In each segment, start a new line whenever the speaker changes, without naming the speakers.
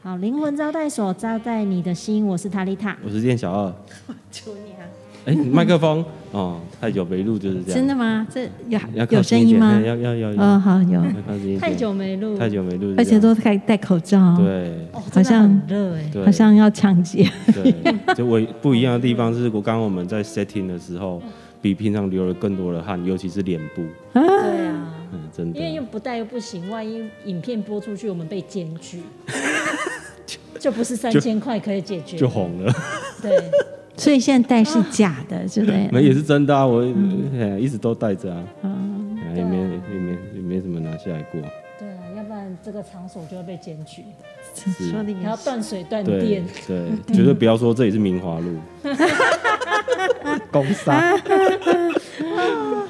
好，灵魂招待所招待你的心，我是塔丽塔。
我是店小二。
求你啊！
哎、你麦克风哦，太久没录就是这样。
真的吗？这有
啊要靠
有声
近一
音
点
吗
哎？要要要要。
哦，好有，
要靠近一点
太久没录，
太久没录，
而且都戴戴口罩，
对
哦，真的很热哎、
对，
好像要抢 劫。
对，就我不一样的地方是，我刚刚我们在 setting 的时候，
嗯
比平常流了更多的汗，尤其是脸部，
对啊，
嗯，真
因为又
的。
不带又不行，万一影片播出去，我们被检 举，就不是三千块可以解决。
就红了，
对，
所以现在戴是假的，对不对？
那也是真的啊！我哎一直都戴着啊，
嗯，
哎也没也没也没什么拿下来过。
对啊，要不然这个场所就会被检举，
是
说的
还要
也是。
断水断
对
电。
对，绝对不要说这里是明华 路，公杀
啊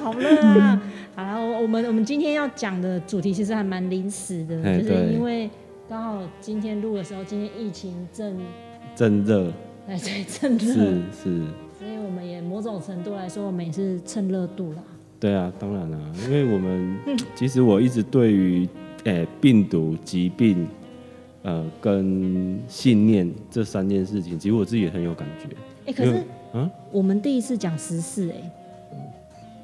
好热啊！好啦，我我们我们今天要讲的主题其实还蛮临时的，
哎
就是
对
因为刚好今天录的时候，今天疫情正
真热，
哎对正热，
是是，
所以我们也某种程度来说，我们也是趁热度啦。
对啊，当然啦、因为我们
嗯
其实我一直对于诶、病毒、疾病，呃，跟信念这三件事情，其实我自己也很有感觉。
哎、可
因
是
为啊，
我们第一次讲时事、哎，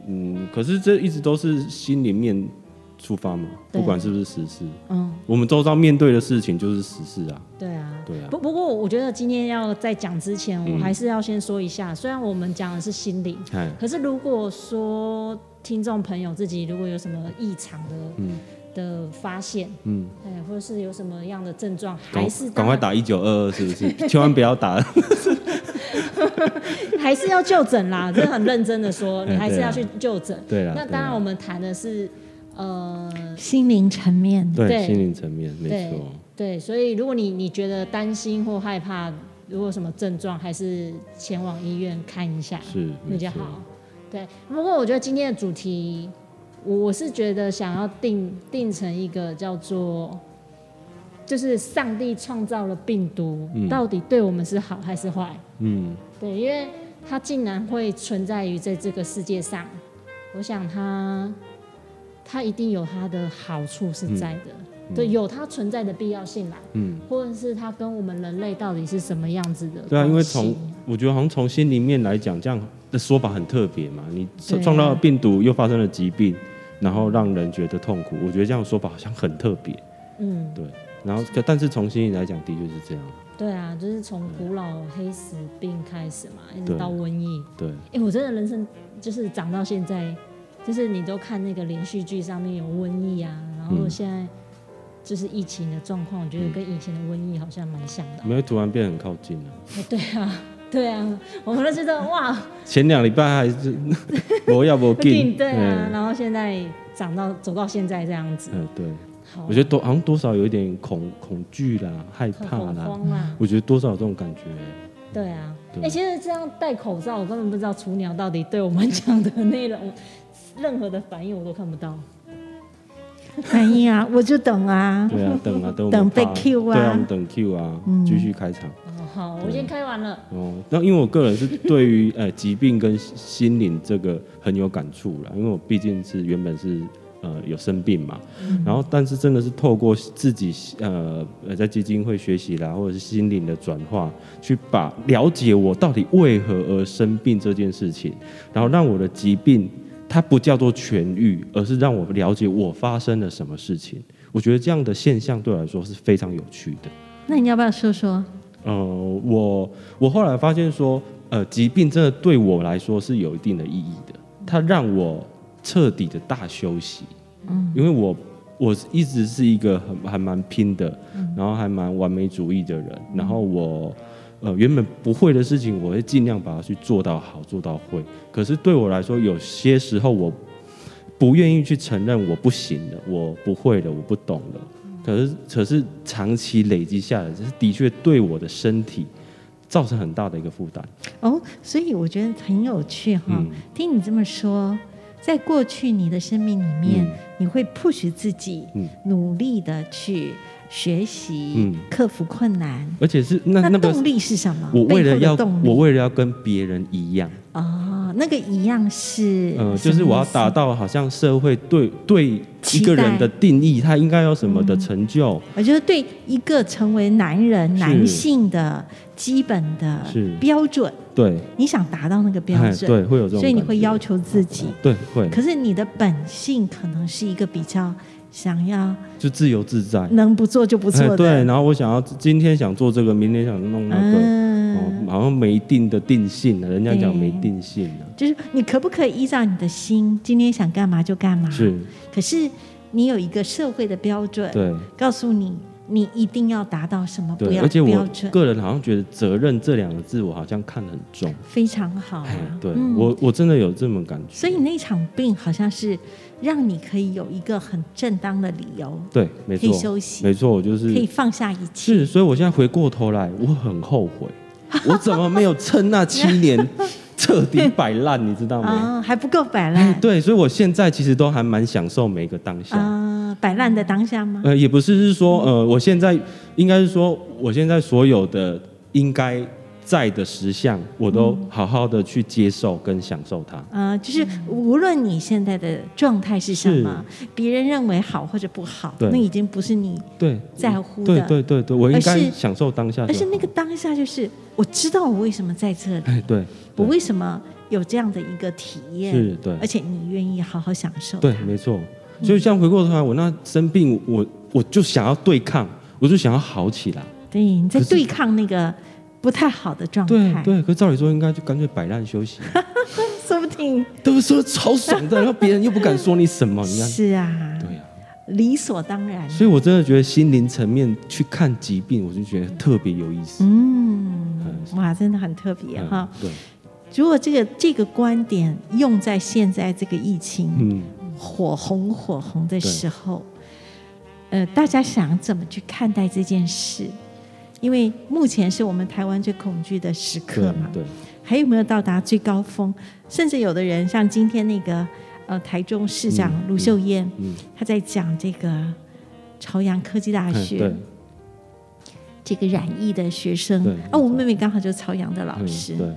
嗯，可是这一直都是心里面出发嘛，
对
不管是不是实事，
嗯，
我们周遭面对的事情就是实事啊，
对啊。
对啊，嗯
不不过，我觉得今天要在讲之前，我还是要先说一下，虽然我们讲的是心灵，
哎，
可是如果说听众朋友自己如果有什么异常的、
嗯
的发现，
嗯，
哎，或者是有什么样的症状，还
赶
是
赶快，打一九二二，是不是？千万不 要打，
还是要就诊啦。这很认真的说，
哎
你还是
对啊
要去就诊。
对啊
那
对
当然，
啊
我们谈的是，呃，
心灵层面，
对
对
心灵层面，没
对
错，
对，所以如果你你觉得担心或害怕，如果有什么症状，还是前往医院看一下。
是
比
没
较
错，
好。对，不过我觉得今天的主题，我我是觉得想要定定成一个叫做，就是上帝创造了病毒，
嗯
到底对我们是好还是坏？
嗯，
对，因为它竟然会存在于在这个世界上，我想它它一定有它的好处是在的，对，有它存在的必要性啦。
嗯。
或者是它跟我们人类到底是什么样子的关系？
对啊，因为从我觉得好像从心里面来讲，这样的说法很特别嘛。你
对啊
创创造了病毒，又发生了疾病，然后让人觉得痛苦，我觉得这样的说法好像很特别。
嗯，
对，然后可但是从心里来讲，的确是这样。
对啊，就是从古老黑死病开始嘛，一直到瘟疫。
嗯对，
哎、我真的人生就是长到现在，就是你都看那个连续剧上面有瘟疫啊，然后
嗯
现在就是疫情的状况，我觉得跟以前的瘟疫好像蛮像的。
没有突然变很靠近了。
哎对啊，
嗯
对啊，我们都觉得哇，
前两礼拜还 是我要我
不定
进，
对啊，
嗯
然后现在长到走到现在这样子，
嗯，对，
好，
我觉得多好像多少有一点恐恐惧啦、害
很
怕
恐
啦，
慌啦。
我觉得多少有这种感觉。
对啊，哎、
对
其实这样戴口罩，我根本不知道雏鸟到底对我们讲的内容，任何的反应我都看不到。
反应 啊，我就懂啊。
对啊，等啊等我们
等被
怕
cue 啊
对啊，我们等 Q 啊，
嗯
继续开场。
哦，好，我先开完了。
哦，那因为我个人是对于 呃疾病跟心灵这个很有感触啦，因为我毕竟是原本是呃有生病嘛，然后但是真的是透过自己呃呃在基金会学习啦，或者是心灵的转化，去把了解我到底为何而生病这件事情，然后让我的疾病它不叫做痊愈，而是让我了解我发生了什么事情。我觉得这样的现象对我来说是非常有趣的。
那你要不要说说？
呃，我我后来发现说，呃，疾病真的对我来说是有一定的意义的，它让我彻底的大休息。嗯，因为我我一直是一个很还蛮拼的，然后还蛮完美主义的人，然后我。呃，原本不会的事情，我会尽量把它去做到好，做到会。可是对我来说，有些时候我不愿意去承认我不行了，我不会了，我不懂了。可是，可是长期累积下来，这是的确对我的身体造成很大的一个负担。
哦，所以我觉得很有趣哈、
嗯
听你这么说，在过去你的生命里面，
嗯
你会 push 自己，
嗯
努力的去学习，
嗯
克服困难。
而且是那
那
那个
动，力是什么？
我为了
背后
要
的动力
我为了要跟别人一样，
哦，那个一样是，
呃，就是我要达
打，
到好像社会对对一
期
个人
待
的定义，他应该有什么的成就，
我觉得对一个成为男人、
是
男性的基本的
是
标准，
对，
你想达到那个标
哎
准，
对，会有这种，
所以你会要，求自己。
对，会，
可是你的本性可能是一个比较想要
就自由自在，
能不做就不
哎
做的，
对，然后我想要今天想做这个，明天想弄那个，哦，
嗯，
好像没定的定性了，人家讲没定性了，
就是你可不可以依照你的心，今天想干嘛就干嘛？
是，
可是你有一个社会的标准，
对，
告诉你你一定要达到什么不
对，
要
而且
标
我
准，
个人好像觉得责任这两个字，我好像看得很重，
非常好
哎
啊。，
对
哦嗯
我我真的有这么感觉，
所以那场病好像是让你可以有一个很正当的理由，
对，没
可以
错，
休息，
没错，我就
可
是
以放下一切。
是，所以我现在回过头来，我很后 悔，我怎么没有趁那七年 彻底摆烂，你知道吗？
啊、还不够摆
哎，
烂
对，所以我现在其实都还蛮享受每一个当下。
啊，嗯摆烂的当下吗？
呃，也不是是说，呃，我现在应该是说，我现在所有的应该在的实相，我都
嗯
好好的去接受跟享受它。
呃，就是无论你现在的状态是什么，别人认为好或者不好，
对
那已经不是你，
对，
在乎的
对对对对，我应
而
该
是
享受当下就好。
而是那个当下就是我知道我为什么在这里，
哎，对，
我
对
为什么有这样的一个体验，
是对
而且嗯你愿意好好享受，
对，没错。所以像回过头来，我那生病，我我就想要对抗，我就想要好起来。
对，你在
可是
对抗那个不太好的状
对
态，
对，可是照理说应该就干脆摆烂休 息，
说不定
对不对？超爽的，然后别人又不敢说你什么，你看，
是啊，
对呀、
理所当然，
所以我真的觉得心灵层面去看疾病，我就觉得特别有意思。嗯
嗯，哇，真的很特别哈。
对，
如果这个这个观点用在现在这个疫情，
嗯，
火红火红的时候，呃，大家想怎么去看待这件事？因为目前是我们台湾最恐惧的时刻
对
嘛，
对，
还有没有到达最高峰？甚至有的人像今天那个呃台中市长
嗯
卢秀燕，
嗯，
她在讲这个朝阳科技大
哎
学
对，
这个染疫的学生
对
啊，我妹妹刚好就是朝阳的老师
嗯，对，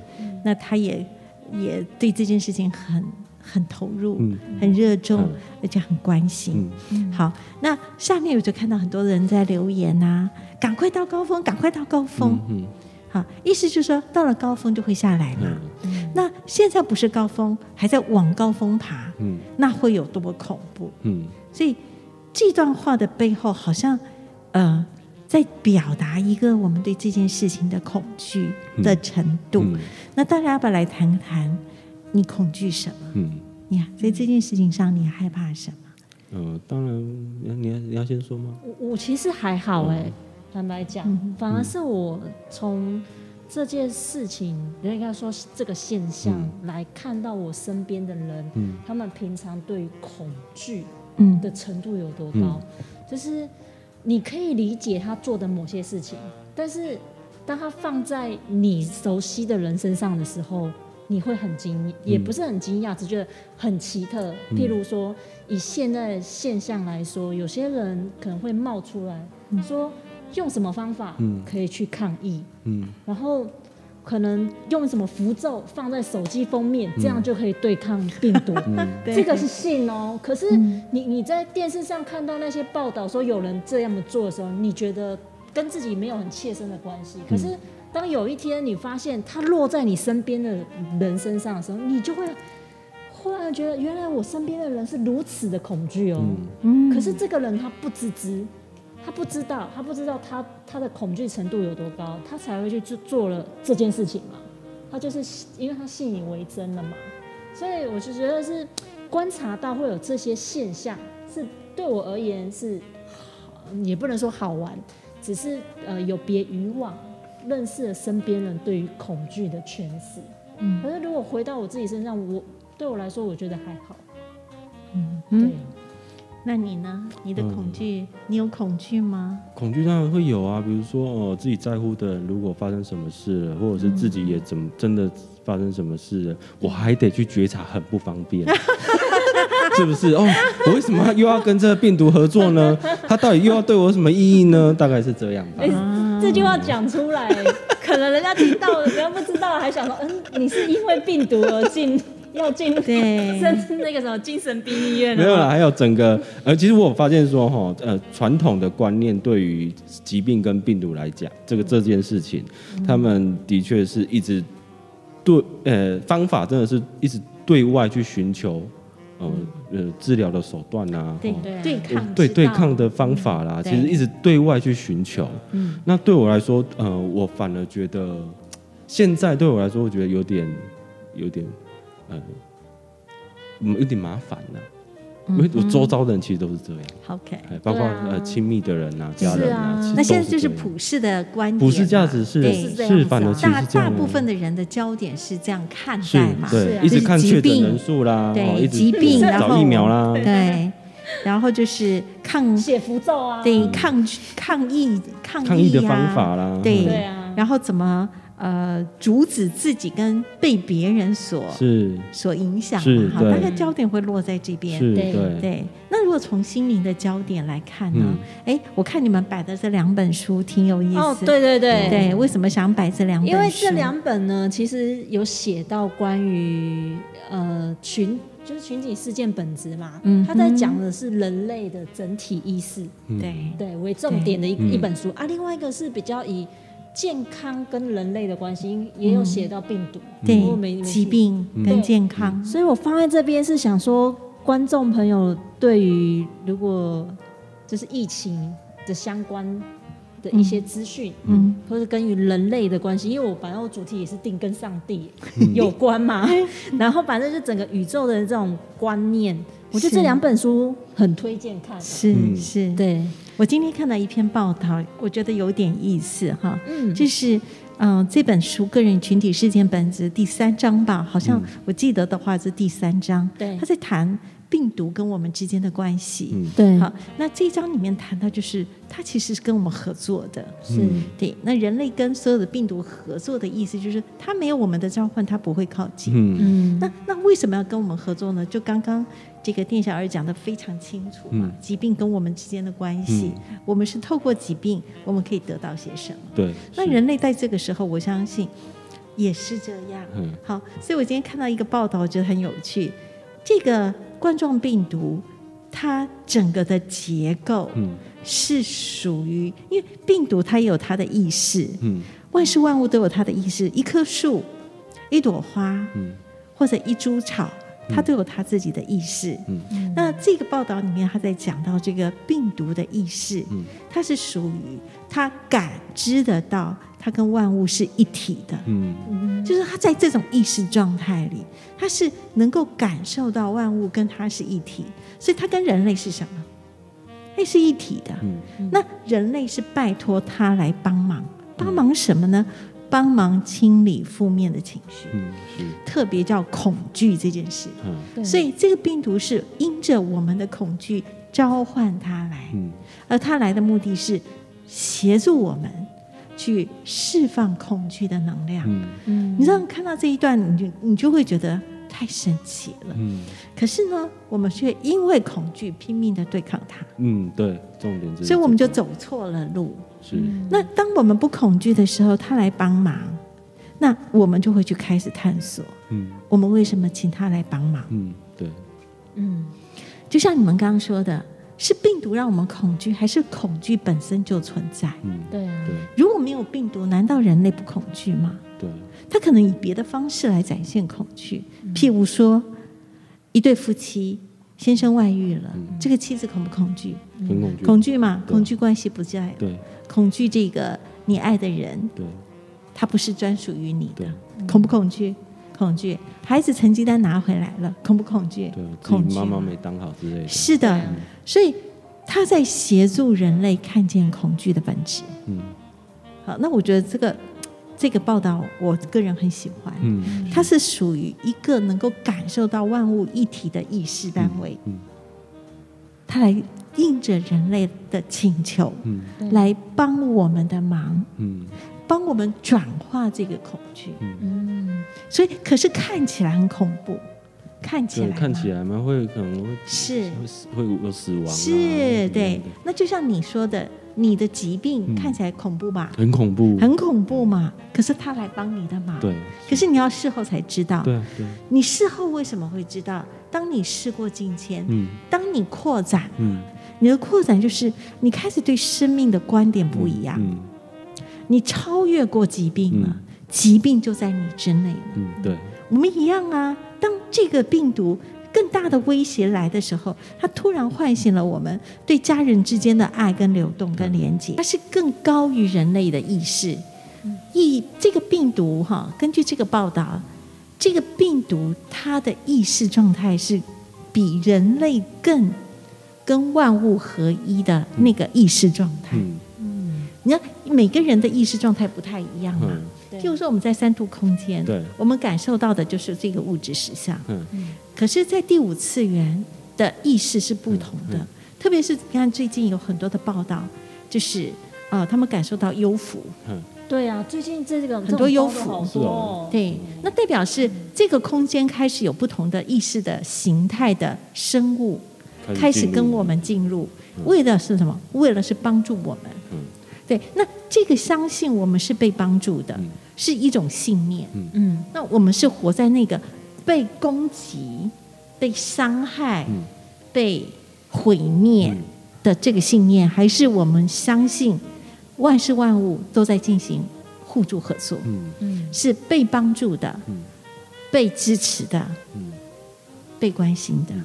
那她也也对这件事情很很投入，
嗯
很热衷，
嗯
而且很关心。
嗯，
好，那下面我就看到很多人在留言呐、赶快到高峰，赶快到高峰。
嗯
好，意思就是说到了高峰就会下来嘛。
嗯
那现在不是高峰，还在往高峰爬，
嗯
那会有多恐怖？
嗯，
所以这段话的背后，好像呃，在表达一个我们对这件事情的恐惧的程度。
嗯
那大家要不要来谈谈你恐惧什么？
嗯
你在这件事情上你害怕什么？
呃，当然，你要你要你要先说吗？
我我其实还好哎、坦白讲，反而是我从这件事情，应该说这个现象、来看到我身边的人，
嗯
他们平常对于恐惧
嗯
的程度有多高，就是你可以理解他做的某些事情，但是当他放在你熟悉的人身上的时候。你会很惊，也不是很惊讶，只觉得很奇特。譬如说，以现在的现象来说，有些人可能会冒出来说，用什么方法
嗯
可以去抗议，
嗯
然后可能用什么符咒放在手机封面，这样就可以对抗病毒。
对嗯
这个是信哦。可是你你在电视上看到那些报道说有人这么做的时候，你觉得跟自己没有很切身的关
嗯
系。可是当有一天你发现它落在你身边的人身上的时候，你就会忽然觉得，原来我身边的人是如此的恐惧哦。
嗯
可是这个人他不自知，他不知道，他不知道他他的恐惧程度有多高，他才会去做做了这件事情嘛。他就是因为他信以为真了嘛，所以我是觉得是观察到会有这些现象，是对我而言是好，也不能说好玩，只是呃有别以往认识了身边人对于恐惧的诠释。
嗯
可是如果回到我自己身上，我对我来说，我觉得还好。
嗯
对。
那你呢？你的恐惧，你有恐惧吗？
恐惧当然会有啊，比如说哦，自己在乎的人如果发生什么事了，或者是自己也怎么真的发生什么事了，我还得去觉察，很不方便。是不是？哦，我为什么又要跟这个病毒合作呢？
嗯
它到底又要对我有什么意义呢？大概是这样吧。
这句话讲出来，可能人家听到了，人家不知道，还想说，嗯，你是因为病毒而 进，要进
对
甚那个什么精神病医院啊
没有啦，
了。
还有整个呃，其实我有发现说哈，呃，传统的观念对于疾病跟病毒来讲，这个这件事情，他们的确是一直对呃方法真的是一直对外去寻求呃呃治疗的手段啊，
对
吼
对啊
对抗
对
之
对
道嗯
抗的方法啦，
对
其实一直对外去寻求。
嗯
那对我来说，呃，我反而觉得现在对我来说，我觉得有点有点呃嗯有点麻烦了、
嗯
因为我周遭的人其实都是这样，
，OK。
哎包
对
括、
啊
呃亲密的人啊、家人啊，
是啊
其实
那现
都
在就是
这样
普世的观点嘛，
普世价值是
对
是这样子啊
反而其实
大
是这样
大
啊
部分的人的焦点是这样看
是
待嘛，
是
对，
啊
一
就
直
是
看
疾
确诊
病
人数啦，
对
哦一直
疾病然
找
后
疫苗啦，
对，然后就是抗
写符咒啊，
对
嗯
抗抗疫抗
抗
疫
疫的
呀
方法啦，嗯
对
对啊，
然后怎么呃阻止自己跟被别人所
是
所影响
是
嘛，哈，
对
大概焦点会落在这边。
是，
对
对，
对，那如果从心灵的焦点来看呢
嗯？
哎、我看你们摆的这两本书挺有意思。
哦，对对对
对，为什么想摆这两本书？
因为这两本呢，其实有写到关于呃群，就是群体事件本质嘛。
嗯
他在讲的是人类的整体意识，
嗯
对
对为重点的一
嗯
一本书啊。另外一个是比较以健康跟人类的关系，也有写到病毒，
对、
嗯我没没
疾
去
病跟
对
健
嗯
康，
所以我放在这边是想说，观众朋友对于如果就是疫情的相关的一些资讯，
嗯
嗯，或是跟于人类的关系，因为我反正我主题也是定跟上帝有关嘛， 然后反正就整个宇宙的这种观念，我觉得
是
这两本书很推荐看。
是、
嗯
是。
对，
我今天看到一篇报道，我觉得有点意思哈。
嗯，
就是嗯、呃这本书《个人群体事件本质》第三章吧，好像我记得的话是第三章。
嗯对
他在谈病毒跟我们之间的关系。
嗯
对，
好，那这一章里面谈到，就是它其实是跟我们合作的。
是
对，那人类跟所有的病毒合作的意思就是，它没有我们的召唤，它不会靠近。
嗯
嗯，
那那为什么要跟我们合作呢？就刚刚这个店小二讲的非常清楚嘛，
嗯
疾病跟我们之间的关系，我们是透过疾病，我们可以得到些什么？
对，
那
是
人类在这个时候，我相信也是这样。
嗯
好，所以我今天看到一个报道，我觉得很有趣。这个冠状病毒，它整个的结构
嗯
是属于，因为病毒它也有它的意识，
嗯
万事万物都有它的意识。一棵树，一朵花，
嗯
或者一株草，它都有它自己的意识。
嗯
那这个报道里面，他在讲到这个病毒的意识，
嗯
它是属于它感知得到，它跟万物是一体的。
嗯
就是他在这种意识状态里，他是能够感受到万物跟他是一体，所以他跟人类是什么？它是一体的。
嗯
那人类是拜托他来帮忙，帮忙什么呢？帮忙清理负面的情绪，
嗯是
特别叫恐惧这件事。
嗯
对
所以这个病毒是因着我们的恐惧召唤它来，
嗯
而它来的目的是协助我们去释放恐惧的能量。
嗯
嗯
你知道看到这一段，你就你就会觉得太神奇了。
嗯
可是呢，我们却因为恐惧拼命的对抗它，
嗯对，重点就是
所以我们
这
就
个
走错了路。
是
那当我们不恐惧的时候，它来帮忙，那我们就会去开始探索，
嗯
我们为什么请它来帮忙？
嗯对
嗯，
就像你们刚刚说的，是病毒让我们恐惧，还是恐惧本身就存在？
嗯
对啊，
对
如果没有病毒，难道人类不恐惧吗？
对
他可能以别的方式来展现恐惧，
嗯
譬如说，一对夫妻，先生外遇了，这个妻子恐不恐惧？
很恐惧
嗯恐惧
嗯
嘛，
对
恐惧关系不在，
对
恐惧这个你爱的人，
对
他不是专属于你的
对，
恐不恐惧？恐惧。孩子成绩单拿回来了，恐不恐惧
对，？自
恐
己
惧
妈妈
嘛
没当好之类的，
是的，所以他在协助人类看见恐惧的本质。
嗯
好，那我觉得这个这个报道，我个人很喜欢。
嗯
它是属于一个能够感受到万物一体的意识单位，
嗯
它来应着人类的请求，
嗯
对
来帮我们的忙，
嗯
帮我们转化这个恐惧。
嗯
嗯，
所以，可是看起来很恐怖，看起
对，
来
看
嘛
起来蛮会可能会
是
会死会有死亡、啊，
是，
嗯
对，那就像你说的，你的疾病看起来恐怖吧，
很恐怖，
很恐怖嘛，可是他来帮你的忙。
对，
可是你要事后才知道，
对啊对，
你事后为什么会知道？当你事过境迁，
嗯
当你扩展，
嗯，
你的扩展就是你开始对生命的观点不一样，
嗯
你超越过疾病了，
嗯
疾病就在你之内了。
嗯，对，
我们一样啊。当这个病毒更大的威胁来的时候，它突然唤醒了我们对家人之间的爱、跟流动、跟连接，它是更高于人类的意识。意这个病毒哈，根据这个报道，这个病毒它的意识状态是比人类更跟万物合一的那个意识状态。
嗯
你看每个人的意识状态不太一样嘛。
嗯
对
譬如说我们在三度空间，
对
我们感受到的就是这个物质实相，
嗯
可是，在第五次元的意识是不同的。
嗯嗯
特别是你看最近有很多的报道，就是呃，他们感受到幽浮，
嗯，
对啊，最近这个
很多优抚
这种包的好
是
多、
哦
哦，
对，那代表是这个空间开始有不同的意识的形态的生物开
呃
始
进入
跟我们进入，
嗯
为的是什么？为了是帮助我们。
嗯
对，那这个相信我们是被帮助的，
嗯
是一种信念。
嗯，
那我们是活在那个被攻击、被伤害、
嗯
被毁灭
嗯
的这个信念，还是我们相信万事万物都在进行互助合作，
嗯
嗯
是被帮助的、
嗯
被支持的、
嗯，
被关心的
嗯？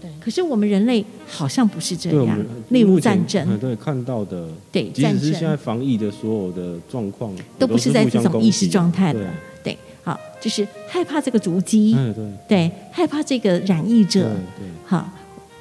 对
可是我们人类好像不是这
对我
样
们，
例如
目前
战争。
嗯对看到的，
对
即使
战
是
争
现在防疫的所有的状况，
都不是在
互
这
相
种
攻
意识
击
状态
对
了
啊。
对，好，就是害怕这个足迹，
嗯对嗯
对，害怕这个染疫
对
者，好，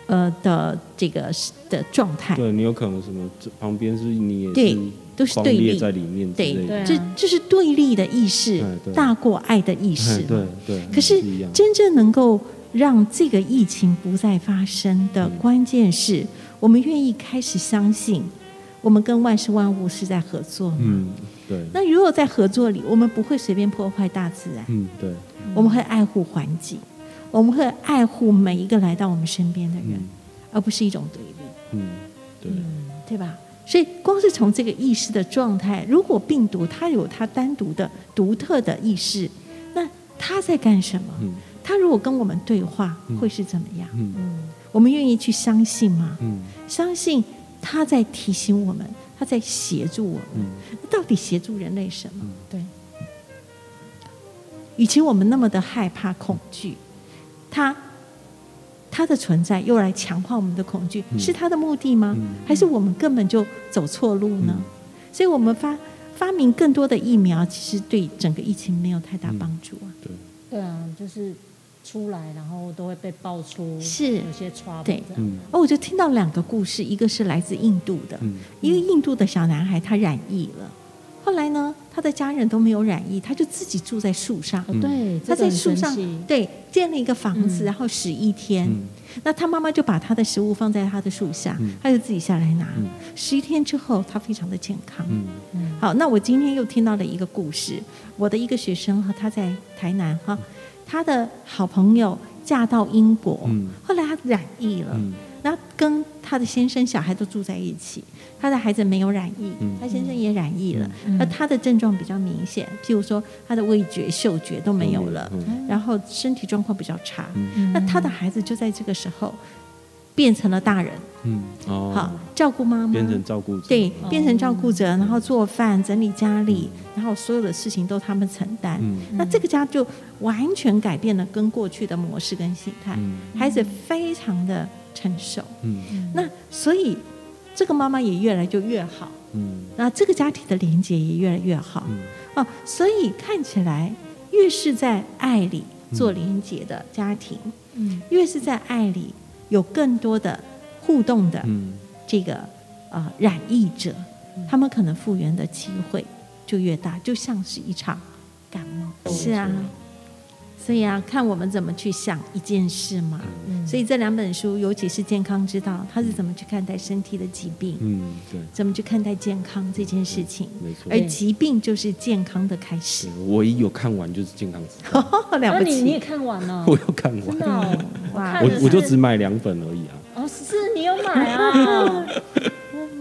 呃的这个是的状态
对，，对你有可能什么这旁边是你也
哎对
是
都是
狂
对
烈
立，
在里面之
对
类的，
对啊
这这是对立的意识
嗯对
大过爱的意识
嗯。对对，
可是
一样
真正能够让这个疫情不再发生的
嗯
关键是，我们愿意开始相信，我们跟万事万物是在合作。
嗯对，
那如果在合作里，我们不会随便破坏大自然，
嗯对，
我们会爱护环境，我们会爱护每一个来到我们身边的人，
嗯
而不是一种对立，
嗯对，
对吧？所以，光是从这个意识的状态，如果病毒它有它单独的、独特的意识，那它在干什么？
嗯
它如果跟我们对话，会是怎么样？
嗯
我们愿意去相信吗？
嗯
相信它在提醒我们，它在协助我们。
嗯
到底协助人类什么？
对，
与其我们那么的害怕恐惧，它它的存在又来强化我们的恐惧，
嗯
是它的目的吗？
嗯
还是我们根本就走错路呢？
嗯
所以我们发发明更多的疫苗，其实对整个疫情没有太大帮助啊。
对，
对啊，就是出来然后都会被爆出
是
有些 trouble
对
这样
嗯
哦，我就听到两个故事，一个是来自印度的，
嗯
一个印度的小男孩他染疫了，后来呢，他的家人都没有染疫，他就自己住在树上。
哦对，这
他
个
在
很
树
神
上
奇
对建了一个房子，
嗯
然后十一天。
嗯
那他妈妈就把他的食物放在他的树下，
嗯
他就自己下来拿
嗯。
十一、天之后，他非常的健康。
嗯
嗯
好，那我今天又听到了一个故事，我的一个学生哈，他在台南
嗯
哈，他的好朋友嫁到英国，
嗯
后来他染疫了，
嗯
然后跟他的先生、小孩都住在一起，他的孩子没有染疫，
嗯
他先生也染疫了，
嗯
而他的症状比较明显，譬如说他的味觉、嗅觉都没有了，
嗯
然后身体状况比较差，
嗯
那他的孩子就在这个时候变成了大人，
嗯哦，
好、照顾妈妈，
变成照顾者，
对，
嗯
变成照顾者，然后做饭、整理家里，然后所有的事情都他们承担。
嗯
那这个家就完全改变了跟过去的模式跟形态，
嗯
孩子非常的成熟。
嗯
那所以这个妈妈也越来就越好，
嗯
那这个家庭的连接也越来越好。
嗯
哦，所以看起来越是在爱里做连接的家庭，
嗯
越是在爱里有更多的互动的
嗯
这个呃染疫者，他们可能复原的机会就越大，就像是一场感冒。
嗯
是啊
是，
所以啊，看我们怎么去想一件事嘛。
嗯
所以这两本书，尤其是《健康之道》，它是怎么去看待身体的疾病，
嗯，对，
怎么去看待健康这件事情。
没错
而疾病就是健康的开始
对，我一有看完就是健康之道，
了
那
不
啊你你也
起！
看完了、
我有看
真
完，
的、哦，
哇
看的
我我就是只买两本而已啊。
哦，是你有买啊。 嗯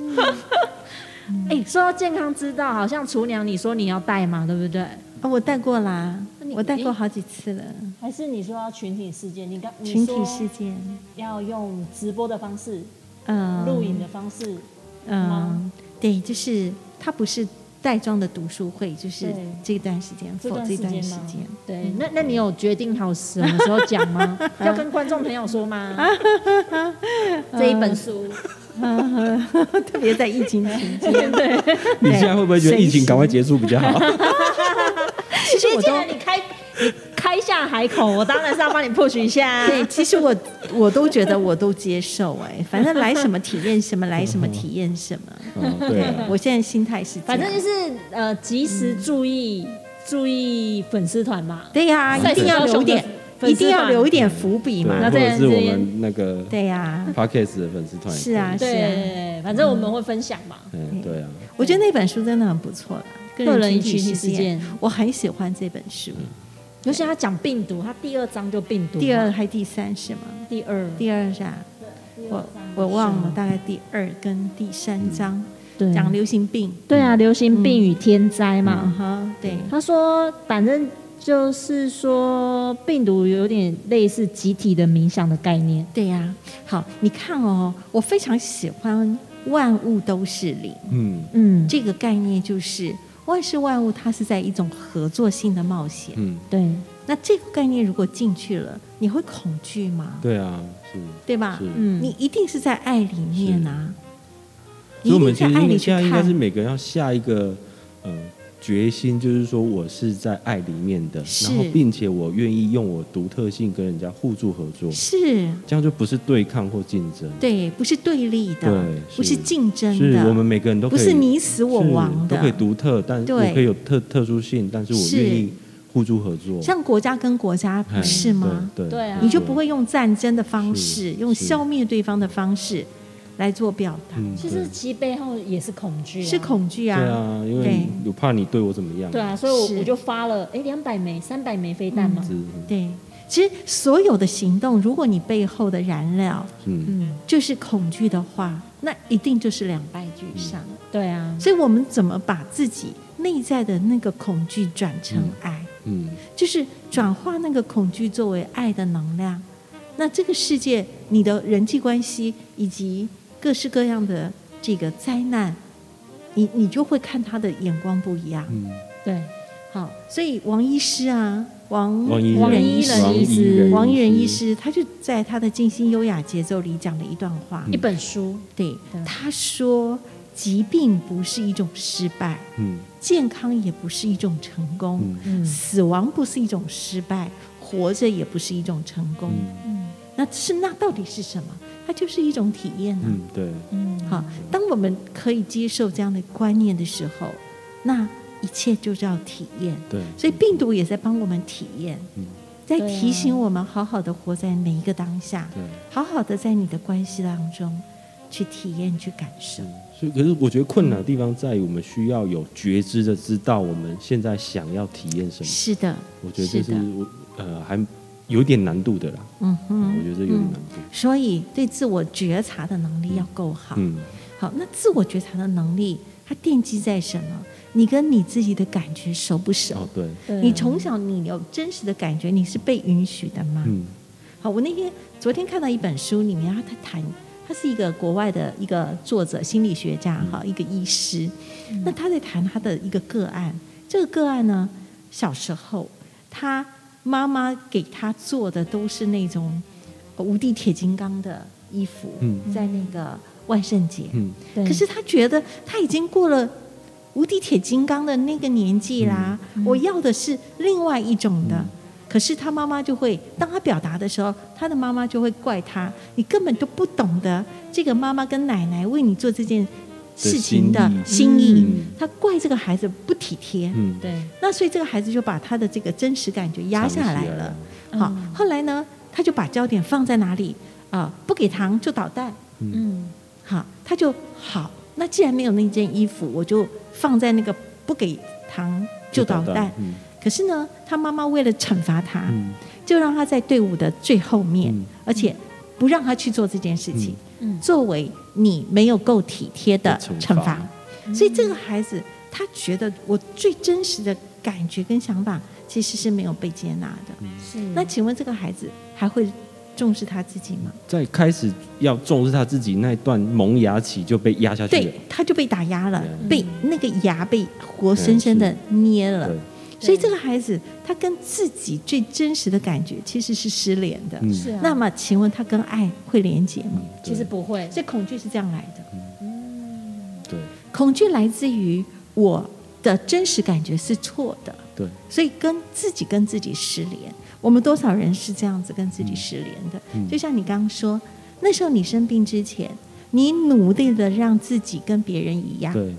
哎、说到健康之道，好像厨娘你说你要带嘛，对不对？
啊，我带过啦
那你，
我带过好几次了。
还是你说要群体事件？你刚你
群体
说
事件，
要用直播的方式、
嗯，
录影的方式，吗
嗯，对，就是它不是带妆的读书会，就是
对
这段时间，
这
for
段
这
时
段
间
时
吗
间，嗯
对，那那你有决定好什么时候讲 吗？要跟观众朋友说吗？
嗯
这一本书，
特别在疫情 期间，
你现在会不会觉得疫情赶快结束比较 好？
其实我
既
都
然你开你开下海口，我当然是要帮你 push 一下。
对，其实我我都觉得我都接受 哎、反正来什么体验什么，来什么体验什么。
嗯，对啊，
我现在心态是这样，
反正就是呃，及时注意、
嗯
注意粉丝团嘛。
对呀、
赛
一
事
定要
高
留
雄的
点，
粉
一
丝
定要
团
留一点伏笔
对，
嘛
那。
或
这
者
样
是我
这样
们那个
对呀、
podcast 的粉丝团也可以
是啊，，是啊，
对，反正我们会分享嘛。
嗯，对啊，
我觉得那本书真的很不错啦，《
个人
群
群体
事
事件
我很喜欢这本书。
嗯
尤其他讲病毒，他第二章就病毒嘛，
第二还第三是吗？
第二
第二是啊，我我忘了，大概第二跟第三章
对
讲流行病。
对啊，流行病与天灾嘛。
嗯哼，对，
他说，反正就是说，病毒有点类似集体的冥想的概念。
对呀、好，你看哦，我非常喜欢“万物都是灵
嗯”
嗯，
这个概念，就是万事万物它是在一种合作性的冒险。
嗯，
对，
那这个概念如果进去了，你会恐惧吗？
对啊，是。
对吧？
是
嗯，
你一定是在爱里面啊，
所以我们
你
其
一
实
定在爱里去
现在应该是
看。
每个人要下一个呃决心，就是说我是在爱里面的，
是
然后并且我愿意用我独特性跟人家互助合作，
是，
这样就不是对抗或竞争，
对，不是对立的，
对
不是
是
竞争
是
的，
我们每个人都可
不
以
是你死我亡
是都
的
可以。独特，但
对
我可以有特特殊性，但是我
是
愿意互助合作，
像国家跟国家
哎
不是吗？
对
对啊
你就不会用战争的方式，
是
用
是
消灭对方的方式来做表达，
嗯，
其实其背后也是恐惧、啊，
是。恐惧
对
啊。
对啊，因为我怕你对我怎么样，
对啊，所以我
是
我就发了，哎，两百枚、三百枚飞弹嘛。
是，
对其实所有的行动，如果你背后的燃料
嗯，
嗯，
就是恐惧的话，那一定就是两败俱伤。
嗯
对啊，
所以我们怎么把自己内在的那个恐惧转成爱，
嗯，
就是转化那个恐惧作为爱的能量。那这个世界，你的人际关系以及各式各样的这个灾难，你你就会看他的眼光不一样。
嗯，
对，
好，所以王医师啊，王
王一
王
人
一人医师
一人
王一人医师，他就在他的《静心优雅节奏》里讲了一段话，
一本书，
对
对
他说：“疾病不是一种失败，
嗯
健康也不是一种成功，
嗯
嗯，
死亡不是一种失败，活着也不是一种成功。
嗯
那是那到底是什么？它就是一种体验啊。
嗯，对，
好，当我们可以接受这样的观念的时候，那一切就叫体验。
对，
所以病毒也在帮我们体验，
嗯
在
对啊
提醒我们好好的活在每一个当下，
对。
好好的在你的关系当中去体验、去感受。
所以，可是我觉得困难的地方在于，我们需要有觉知的知道我们现在想要体验什么。
是的，
我觉得这
是
是
的
我呃还有点难度的啦。
嗯
我
哼，
觉得这有点难度。
所以对自我觉察的能力要够好。
嗯
好，那自我觉察的能力，它奠基在什么？你跟你自己的感觉熟不熟？
哦，对，
对啊
你从小你有真实的感觉，你是被允许的吗？
嗯
好，我那天昨天看到一本书，里面他谈，他是一个国外的一个作者、心理学家，哈，一个医师。那他在谈他的一个个案，这个个案呢，小时候他妈妈给他做的都是那种无敌铁金刚的衣服，
嗯
在那个万圣节，
嗯
对
可是他觉得他已经过了无敌铁金刚的那个年纪啦，我要的是另外一种的。嗯可是他妈妈就会，当他表达的时候，他的妈妈就会怪他，你根本都不懂得这个妈妈跟奶奶为你做这件事情的
心
心
意
意，
嗯
他怪这个孩子不体贴，
嗯，
对，
那所以这个孩子就把他的这个真实感就压下
藏
来了。
起来了
好
嗯，
后来呢，他就把焦点放在哪里啊、不给糖就捣蛋，
嗯
好，他就好。那既然没有那件衣服，我就放在那个不给糖就捣蛋。
嗯
可是呢，他妈妈为了惩罚他，
嗯
就让他在队伍的最后面，
嗯
而且不让他去做这件事情，
嗯
作为你没有够体贴的
的
惩
惩
罚
罚。
嗯所以这个孩子他觉得我最真实的感觉跟想法其实是没有被接纳的。
嗯是
那请问这个孩子还会重视他自己吗？
在开始要重视他自己那一段萌芽期就被压下去了
对，，他就被打压了，
嗯
被那个牙被活生生的捏了。
对，
所以这个孩子他跟自己最真实的感觉其实是失联的。
嗯
是啊，
那么，请问他跟爱会连接吗？
嗯
其实不会，
所以恐惧是这样来的，
对
恐惧来自于我的真实感觉是错的，
对
所以跟自己跟自己失联。我们多少人是这样子跟自己失联的？
嗯
就像你刚刚说，那时候你生病之前，你努力的让自己跟别人一样，
对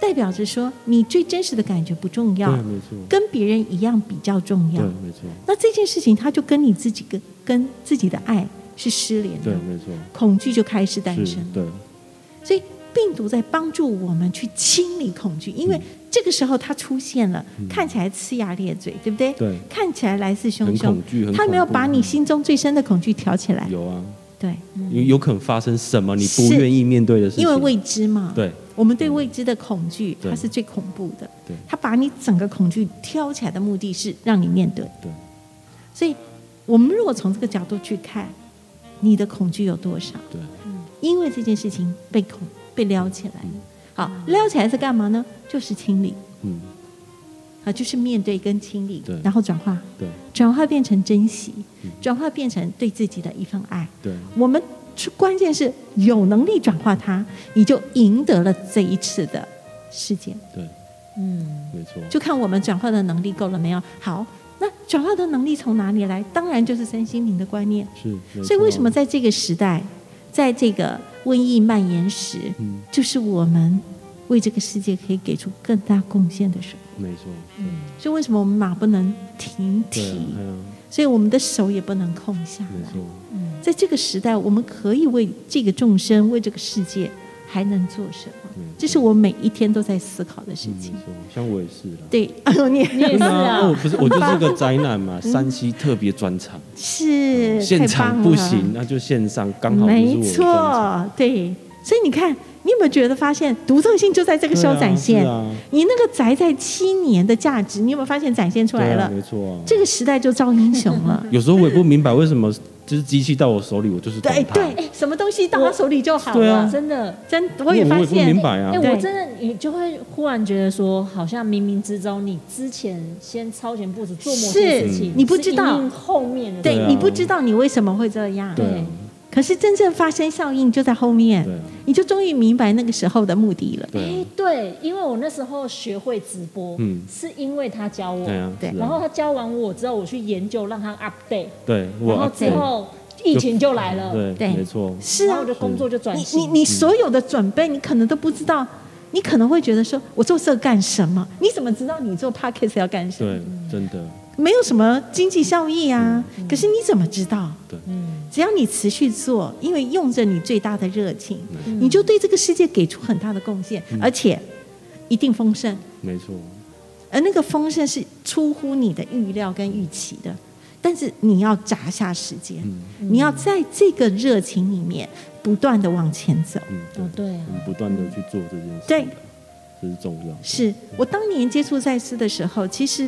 代表着说你最真实的感觉不重
对，
要，
没错，
跟别人一样比较重
对
要。
没错，
那这件事情，它就跟你自己跟跟自己的爱是失联
对
的，
没错，
恐惧就开始诞
是
生了。
对
所以病毒在帮助我们去清理恐惧，
嗯
因为这个时候它出现了，看起来呲牙咧嘴，对不对？
对
看起来来势汹
很
汹
恐惧很，
它没有
恐怖
把你心中最深的恐惧挑起来，
有啊，
对，
有有可能发生什么你不
哎嗯是
愿意面对的事情，
因为未知嘛。
对嗯
我们对未知的恐惧，
对
它是最恐怖的
对。
它把你整个恐惧挑起来的目的是让你面对。
对
所以，我们如果从这个角度去看，你的恐惧有多少？
对
因为这件事情被恐被撩起来。好，撩起来是干嘛呢？就是清理
嗯
啊，就是面对跟清理
对，
然后转化，
对
转化变成珍惜，转化变成对自己的一份爱。
对
我们是关键是有能力转化它，你就赢得了这一次的事件。
对，
嗯
没错，
就看我们转化的能力够了没有。好，那转化的能力从哪里来？当然就是身心灵的观念。
是，没
所以为什么
错
在这个时代，在这个瘟疫蔓延时，
嗯
就是我们为这个世界可以给出更大贡献的时候。
没错，
所以为什么我们马不能停
对啊
蹄，
哎呀
所以我们的手也不能空下
没
来。
错，
在这个时代，我们可以为这个众生，为这个世界，还能做什么
嗯？
这是我每一天都在思考的事
嗯没
情。
错，像我也是啦。
对， 你
你 也是
啊，
啊
我，不是，我就是 个宅男嘛。山西特别专场，
是
现
嗯太棒
场
了
不行，那就线上，刚好就是
没
我的专场。
错，对。所以你看，你有没有觉得发现独特性就在这个时候
对啊
展现？
是啊
你那个宅在七年的价值，你有没有发现展现出来
对
了？
啊，没错啊。
这个时代就招英雄
。
了
有时候我也不明白为什么，就是机器到我手里，我就是懂
对
它。
对，哎什么东西到他手里就好
对
了。
啊
真的。
真，我也
我
发
也不
现
明，白啊
哎、。
对
我真的，你就会忽然觉得说，好像冥冥之中，你之前先超前部署做某些
是
事情，
你不
是
知道
因应后面的，
对
对啊
你不知道你为什么会这样。
对啊，
可是真正发生效应就在后面
对啊，
你就终于明白那个时候的目的了。
哎、
对啊，
对，因为我那时候学会直播，
嗯
是因为他教我，
对啊，
对
是啊
然后他教完我之后，我去研究让他 update，
对我啊
然后之后疫情就来了，
对
对
没错，
是
然
啊
后我，的工作就转
你
型，
你你所有的准备，你可能都不知道，你可能会觉得说，我做这干什么？你怎么知道你做 podcast 要干什么
对？，真的
没有什么经济效益啊，可是你怎么知道？
对，
嗯
只要你持续做，因为用着你最大的热情，你就对这个世界给出很大的贡献，而且一定丰盛。
没错，
而那个丰盛是出乎你的预料跟预期的，但是你要砸下时间，你要在这个热情里面不断的往前走。
嗯，
哦对啊
我们不断的去做这件事，
对，
这是重要。
是我当年接触赛斯的时候，其实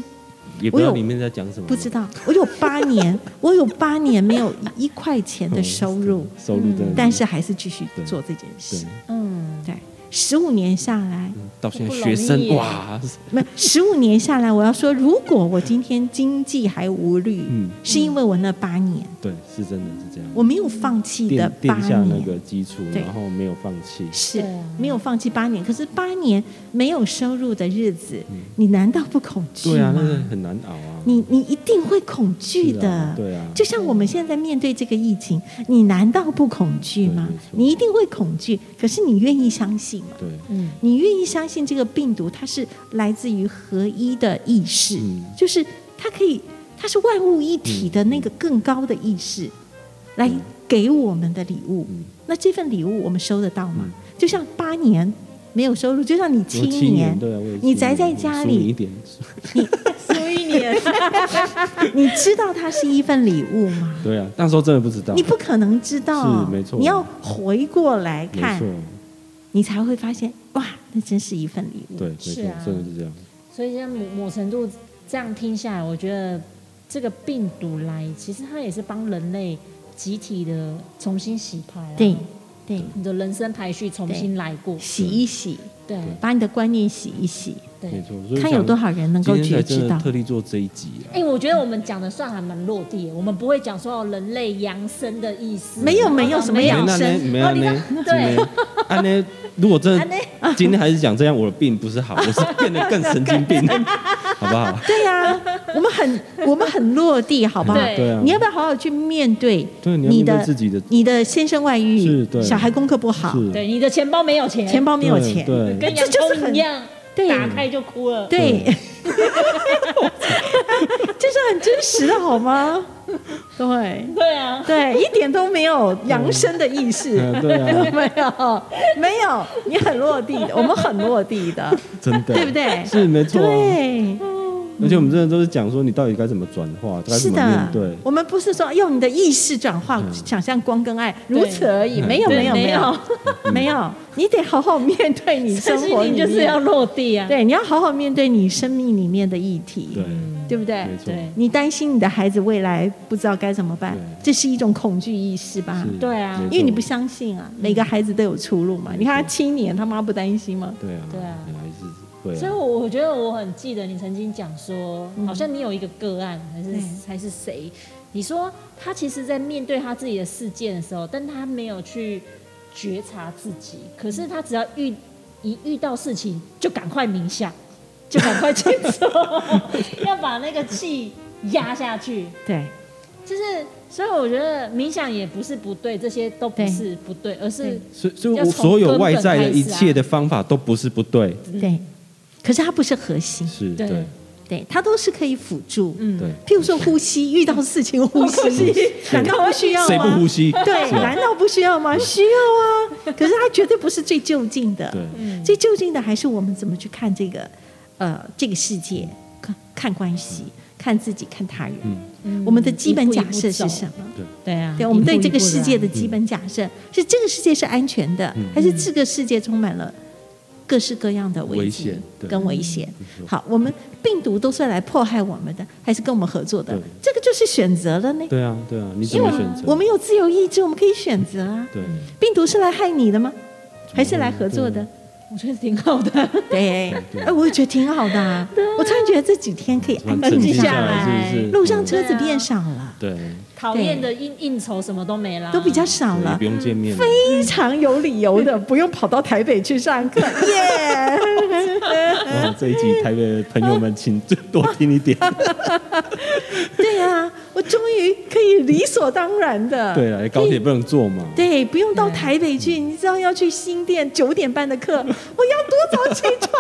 也不知道
我
里
有
面在讲什么，
不知道，我有八 年，我有八年没有一块钱的收入，
嗯收入真的，
但是还是继续做这件事
对。，
嗯，
对，十五年下来，
到现在
不
学
容易
生
耶
哇，
没十五年下来，我要说，如果我今天经济还无虑，
嗯
是因为我那八年
对，是真的是这样。
我没有放弃的
垫
八
垫下那
年，
个基础，
对
然后没有放弃，
是
对啊
没有放弃八年。可是八年没有收入的日子，你难道不恐惧
嗯对啊，那是
吗？
很难熬啊。
你你一定会恐惧
是
的。
啊对啊，
就像我们现在面对这个疫情，你难道不恐惧吗
对没错？
你一定会恐惧，可是你愿意相信吗？
对，
嗯，
你愿意相信这个病毒它是来自于合一的意识，
嗯
就是它可以，它是万物一体的那个更高的意识，来给我们的礼物。
嗯
那这份礼物我们收得到吗？就像八年没有收入，就像你
我
七
七
年，
对啊，我有
你
七
宅在
年我
家
输你
里
一点，
所以你也
你知道它是一份礼物吗？
对啊，那时候真的不知道，
你不可能知道，啊
是没错
你要回过来
没
看
错，，
你才会发现，哇，那真是一份礼物。
对，没错
是啊，
真的是这样，
所以现在某某程度这样听下来，我觉得这个病毒来，其实它也是帮人类集体的重新洗牌、啊，
对，对，
你的人生排序重新来过，
洗一洗，
对
把你的观念洗一洗，
对
没。错。所以
看有
想
多少人能够
今天
觉
才
知
真的
到。
特地做这一集啊
哎、，我觉得我们讲的算还蛮落地的，我们不会讲说哦人类扬声的意思，
没有没有
哦
什么
没有
扬
那呢
声
没有
哦你
呢
看，对
没有啊呢，如果真
啊
的今天还是讲这样，我的病不是好，我是变得更神经病，好不好？
对呀、我 们很我们很落地，好不好？
对
对啊，
你要不要好好去面对
对你要面
的
对自己的
你的先生外遇
是，对
小孩功课不好，
是
对你的钱包没有钱，
钱包没有
对
钱，
对
跟洋
这就是
葱
很
一样，
对
打开就哭了，
对， 这是很真实的 好吗？对
对啊，
对，一点都没有扬声的意识，
嗯对啊
没有没有，你很落地的，我们很落地 的，
真的，
对不？对？
是没错啊，
对，
而且我们真的都是讲说你到底该怎么转化，该怎
是
么面
的
对，，
我们不是说用你的意识转化，想象光跟爱如此而已，
嗯
没有
对
没有
没
没有没有，你得好好面对你生
身心
活里
灵
面，
就是要落地啊，
对，你要好好面对你生命里面的议题，
对，
对不对？
没错，
对
你担心你的孩子未来不知道该怎么办
对，
这是一种恐惧意识吧？
是
对啊
没错
因为你不相信啊，每个孩子都有出路嘛。你看他七年，他妈不担心吗？
对啊，
对啊
本来是对啊，
所以，我我觉得我很记得你曾经讲说，好像你有一个个案，还是
对
还是谁？你说他其实，在面对他自己的事件的时候，但他没有去觉察自己，可是他只要遇一遇到事情，就赶快冥 想，就赶快去做，要把那个气压下去。
对，
就是，所以我觉得冥想也不是不对，这些都不
对
是不对，而是
所
对
以所以
要
我
从
所有
根本
外在
开
的
始
一
啊
切的方法都不是不对，
对，可是它不是核心，
是
对
对
对，它都是可以辅助。
嗯
对，
譬如说呼吸，遇到事情呼吸，难道不需要
谁不
吗
呼？吸？
对，
是吧嗯
难道不需要吗？需要啊，可是它绝对不是最就近的。
对，
嗯
最究竟的还是我们怎么去看这个，呃，这个世界，看看关系，看自己，看他人。
嗯，
嗯
我们的基本假
一步
设
一步走
是什么？
对啊，
对，我们对这个
一步一步
世界的
来
基本假
嗯
设是这个世界是安全的，还是这个世界充满了各式各样的危
危
机
险对
跟危险
没？错
好，我们病毒都是来迫害我们的，还是跟我们合作的
对？
这个就是选择了呢。
对啊，对啊，你怎
因为
么选择？
我们有自由意志，我们可以选择啊。
对，
病毒是来害你的吗？还是来合作的？
啊我觉得挺好的。啊
对，
嗯对
哎，我也觉得挺好的、啊。我突然觉得这几天可以
突
安
然
静
静
下
下
来
是不是
路上车子
对啊
变少了，
对，
讨厌的应应酬什么都没啦，
都比较少
所以
了
不，用见面了，
非常有理由
嗯
的，不用跑到台北去上 课，耶！
哇，这一集台北的朋友们，请多听一 点。
对啊，我终于可以理所当然的，
对啊，高铁不能坐 嘛。
对，不用到台北去，你知道要去新店九点半的课，
嗯
我要多早起 床？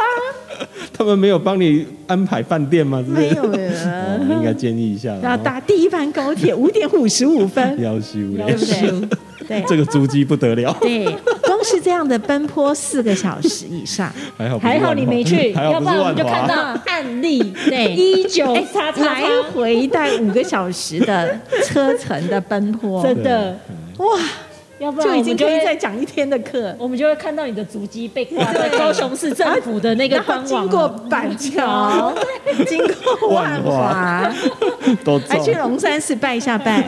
他们没有帮你安排饭店吗？之
没
类的
有，没 有
哦应该建议一下啦。
然后搭第一班高铁五点五十五 分，
要修
对
嘞
不，对？对，
这个租机不得了。
哎
对，光是这样的奔波四个小时以上，
还好不是
还
万华，
好你没去，
还好
要
不
不
是
然我
万
们就看
华。
到案例，
对
一九
哎
叉叉
来
叉，
回大概五个小时的车程的奔波，
真的，
哇，
要不然
就已经可
我们
以
就
再
会
讲一天的课。
我们就会看到你的足迹被挂在高雄市政府的那个
然后
官网
经
啊，
过板桥，经过万华
万， 都中
还，去龙山寺拜一下拜。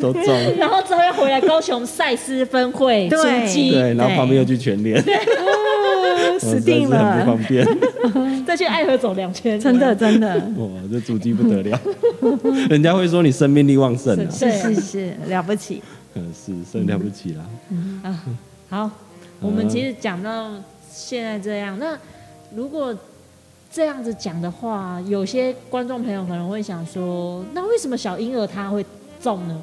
都中。
然后之后要回来高雄赛斯分会
对
足迹，
对，然后旁边又去全 联，
哦
哇
死定
真是很不
了！
方便。
再去爱河走两圈，
真的，真的，
哇，这主机不得了，人家会说你生命力旺盛啊，
是
对
是是，了不起。
嗯，是，真了不起啦。
啊。好，我们其实讲到现在这样，那如果这样子讲的话，有些观众朋友可能会想说，那为什么小婴儿他会中呢？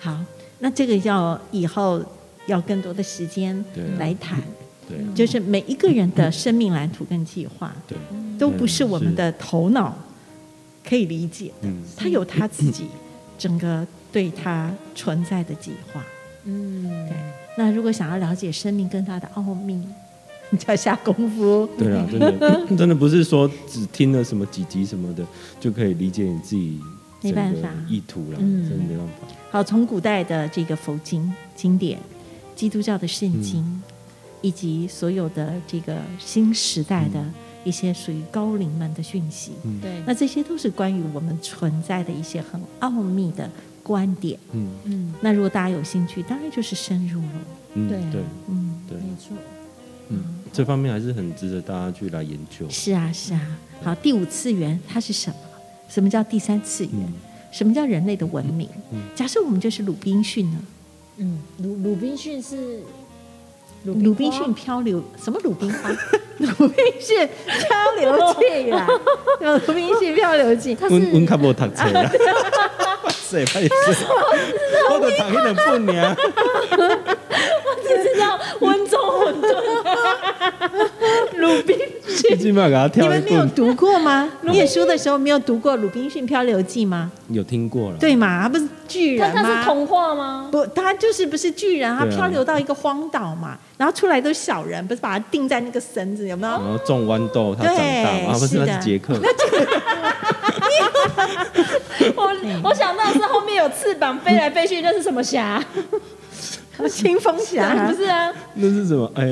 好，那这个要以后要更多的时间
对啊
来谈，
对
就是每一个人的生命蓝图跟计划
对，
都不是
嗯
我们的头脑可以理解的，
嗯
他有他自己整个对他存在的计划。
嗯，
那如果想要了解生命更大的奥秘，你就要下功夫。
对啊，真的真的不是说只听了什么几集什么的就可以理解你自己
没办法
整个意图啦，
嗯
真的没办法。
好，从古代的这个佛经经典、基督教的圣经，以及所有的这个新时代的一些属于高龄们的讯息，
嗯
对，
那这些都是关于我们存在的一些很奥秘的观点。
嗯
嗯，
那如果大家有兴趣，当然就是深入了。
嗯，
对啊
对
嗯，
对，
没错，
嗯，这方面还是很值得大家去来研究。
是啊，是啊。好，第五次元它是什么？什么叫第三次元？
嗯
什么叫人类的文明？假设我们就是鲁滨逊呢？
嗯，鲁鲁滨逊是
鲁滨
花
逊漂流什么鲁滨花？鲁滨逊漂流 记啦，鲁滨逊漂流记，他
温温卡波读册 啦，哇塞，拍死！我都读那本娘，
只知道温州馄 饨，
鲁滨，
最近嘛给他
你
跳一
们没有
棍，
读过吗？念书的时候没有读过《鲁滨逊漂流记》吗？
有听过了？
对嘛，他不是巨
但
人
它是
吗？
童话 吗？
不，他就是不是巨人，他
对啊
漂流到一个荒岛嘛，然后出来都是小人，不是把他钉在那个绳子，有没
然
有？
后种豌豆，他长大
对
嘛，啊不
是
是，
的
那是杰克，
我我想到是后面有翅膀飞来飞去，那是什么 侠？
清风侠
不是啊，
那是什么？呃，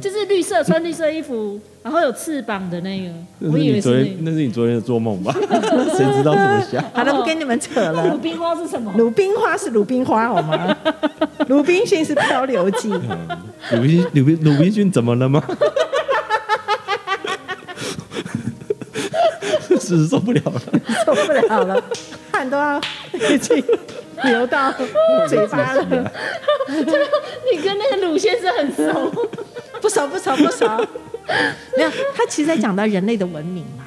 就是绿色穿绿色衣服，然后有翅膀的 那个，
那
我
是
以
你
为
昨
是
天，
那个。
那是你昨天的做梦吧？ 谁知道怎么想？
好了，不跟你们扯
那
了
鲁。冰花是什么？
鲁冰花是鲁冰花好吗？ 鲁滨逊是漂流记。
嗯鲁滨逊鲁滨鲁滨逊怎么了吗？ 是受不了了，
受不了了，汗都要已经流到嘴 巴了。
你跟那个鲁先生很熟，
不熟，不熟，不熟。没有，他其实在讲到人类的文明嘛。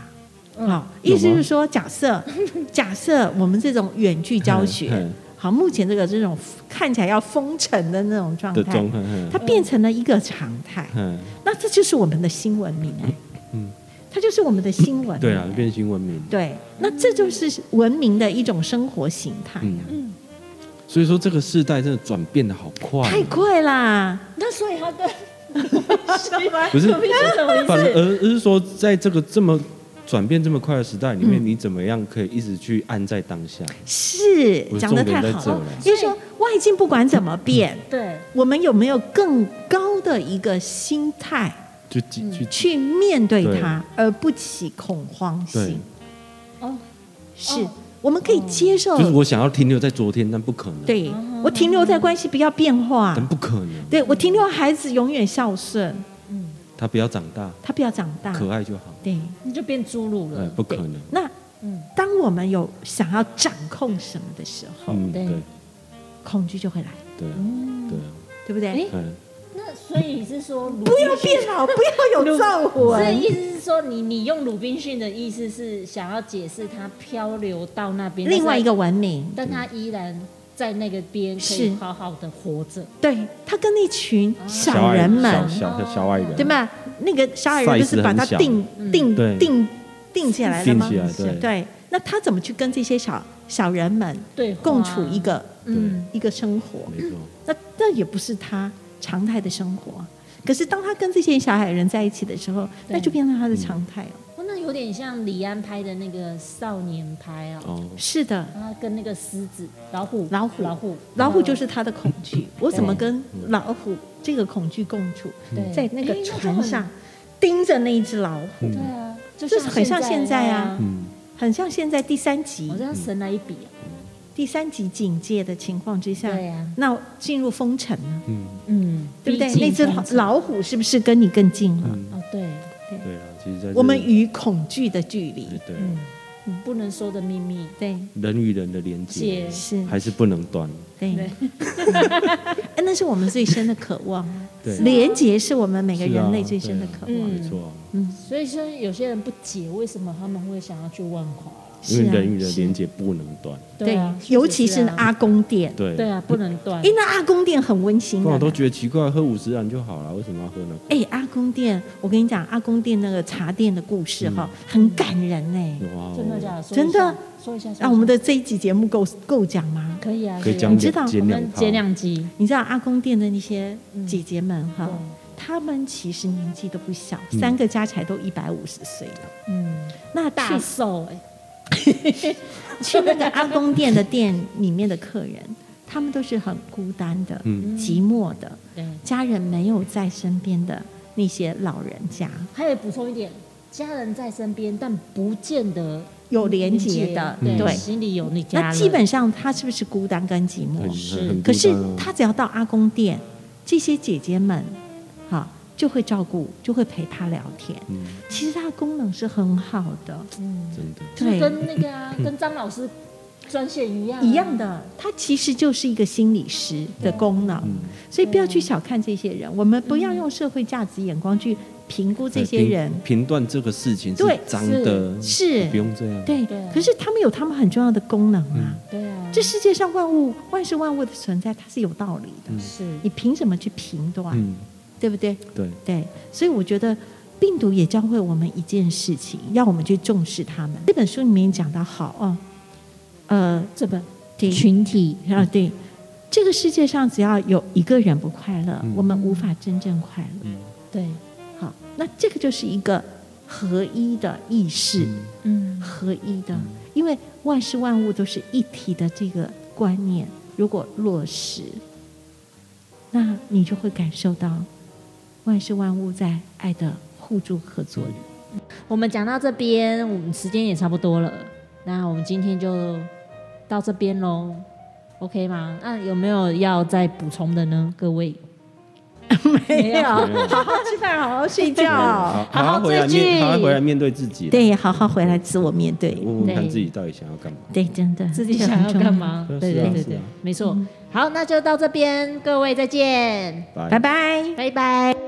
嗯
好，意思就是说，假设 假设我们这种远距教学
嗯嗯，
好，目前这个这种看起来要封城的那种状
的
态
中，嗯
它变成了一个常态。
嗯，
那这就是我们的新文明哎，它就是我们的新文 明。
对啊，变新文明。
对，那这就是文明的一种生活形态啊。
嗯，所以说这个世代真的转变的好快哦
太，快啦！
那所以他跟
不是
鲁滨逊怎么
反而
回事？
而是说在这个这么转变这么快的时代里面，你怎么样可以一直去按在当下？
是
我的
讲的
重点
太
在这嗯
好
了
了，就是说外境不管怎么变，
对，
我们有没有更高的一个心态
就去去
去面对
对
它，而不起恐慌
对
性？，
哦，
是
哦
我们可以接受
哦就，是我想要停留在昨天，但不可能，，
对
嗯
我停留在关系不要变化
但，不可能，
啊对我停留孩子永远孝顺，
他不要长大，
他不要长大，
可爱就好，
对，
你就变侏儒
哎，
了。
不可
啊对
能，。
那
嗯
当我们有想要掌控什么的时候，
嗯，
对
对，
恐惧就会来，
对啊，
嗯
对啊，
对不对
诶？
嗯，
那所以你是说鲁
不要变老，不要有啊皱
所
纹
以。意思是说你，你用鲁滨逊的意思是想要解释他漂流到那边
另外一，个
但是
文明，
但他依然在那个边可以
是
好好的活着。
对他跟那群
哦
小
小
矮
人们
小，小小小矮人，
对吧？那个小矮人不是把他
Size 很小
定
嗯
定
对
定定起来了
定
吗
起？来，
是
对，
对，那他怎么去跟这些小小人们
对，
共处一，个
嗯，
一个生活？
没错，
那那也不是他常态的生活。可是当他跟这些小矮人在一起的时候，
对
那就变成他的常态了。
嗯
哦那有点像李安拍的那个少年拍啊、
哦，
是的，
他跟那个狮子、老虎、
老虎
老虎、
老虎就是他的恐
嗯
惧，我怎么
对
跟老虎这个恐惧共处？
对
在那
诶
个
就
船
很
上盯着那一只老虎，
对
嗯
啊，就
就是很像现在啊
啊。
嗯，
很像现在第三集
我这样神来一笔、啊，
第三级警戒的情况之下，
对啊
那进入封城了，
嗯，
嗯，
对不对
毕？竟
那只老
同志
老虎是不是跟你更近了？
嗯
哦，对，
对啊，其实在这哎
我们与恐惧的距离，
对
嗯，不能说的秘密，
对，
人与人的连接
姐
是，
还是不能断，
对，
对
哎，那是我们最深的渴望，
对，
连结是我们每个
是啊
人类最深的渴
对啊
望。
嗯
没错啊，
所以说有些人不解为什么他们会想要去万华啦
因为
是啊
人与人
是
连接不能断，
对
啊，，
尤其是
啊
阿公店，
对
对，啊，不能断
哎，，那阿公店很温馨啊
不然啊
的
我。都觉得奇怪，喝五十兰就好了，为什么要喝那
哎，阿公店，我跟你讲，阿公店那个茶店的故事
嗯
哈，很感人呢。
个？哇哦，
真的假的？说一
哎真的啊
下，说一下。说一下
那我们的这一集节目够够讲吗？
可以啊，
可以
啊
讲
你知道
解
我
减
们
两
减
趴，
两集，
你知道阿公店的那些姐姐们
嗯
哈
对，
她们其实年纪都不小，
嗯
三个加起来都一百五十岁了。
嗯，
那
大
大
瘦哎，
去那个阿公店的店里面的客人，他们都是很孤单的、
嗯
寂寞的，
对，
家人没有在身边的那些老人家，
还有补充一点，家人在身边，但不见得
有连结的，
嗯
连结
对。
心里有那家
那
人，
基本上他是不是孤单跟寂
很
寞？
是
很很
可是
孤单啊
他只要到阿公店，这些姐姐们，哈，就会照顾，就会陪他聊天。
嗯，
其实它的功能是很好的，
嗯，
真的，
就是
对，
跟那个啊，跟张老师专线一样啊
一样的，它其实就是一个心理师的功能。
嗯，
所以不要去小看这些人，我们不要用社会价值眼光去评估这些
哎评
人，
评断这个事情是
对
脏的，
是
不用这样，
对
对。
可是他们有他们很重要的功能啊
嗯。
对啊，
这世界上万物、万事万物的存在，它是有道理的。
是
你凭什么去评断？
嗯，
对不对？
对，
对，所以我觉得病毒也教会我们一件事情，要我们去重视他们。这本书里面讲到好哦，呃，
这本
对，
群体
啊对，这个世界上只要有一个人不快乐，
嗯
我们无法真正快乐。
嗯
对，
好，那这个就是一个合一的意识，
嗯
嗯
合一的，因为万事万物都是一体的这个观念，如果落实，那你就会感受到万事万物在爱的互助合作里。
我们讲到这边，我们时间也差不多了，那我们今天就到这边喽，OK 吗？那有没有要再补充的呢？各位， 没有，
好好吃饭，好好睡
对好
觉，
好好
好回来
追剧
面，好好回来面对自己，，
对，好好回来自我面对。
问问看
对
自己到底想要干嘛，
对，真的，
自己
这
想
很
要
重
干嘛？
是啊
对对对
是
对
啊，
没错。好，那就到这边，各位再见，
拜
拜拜。
拜拜。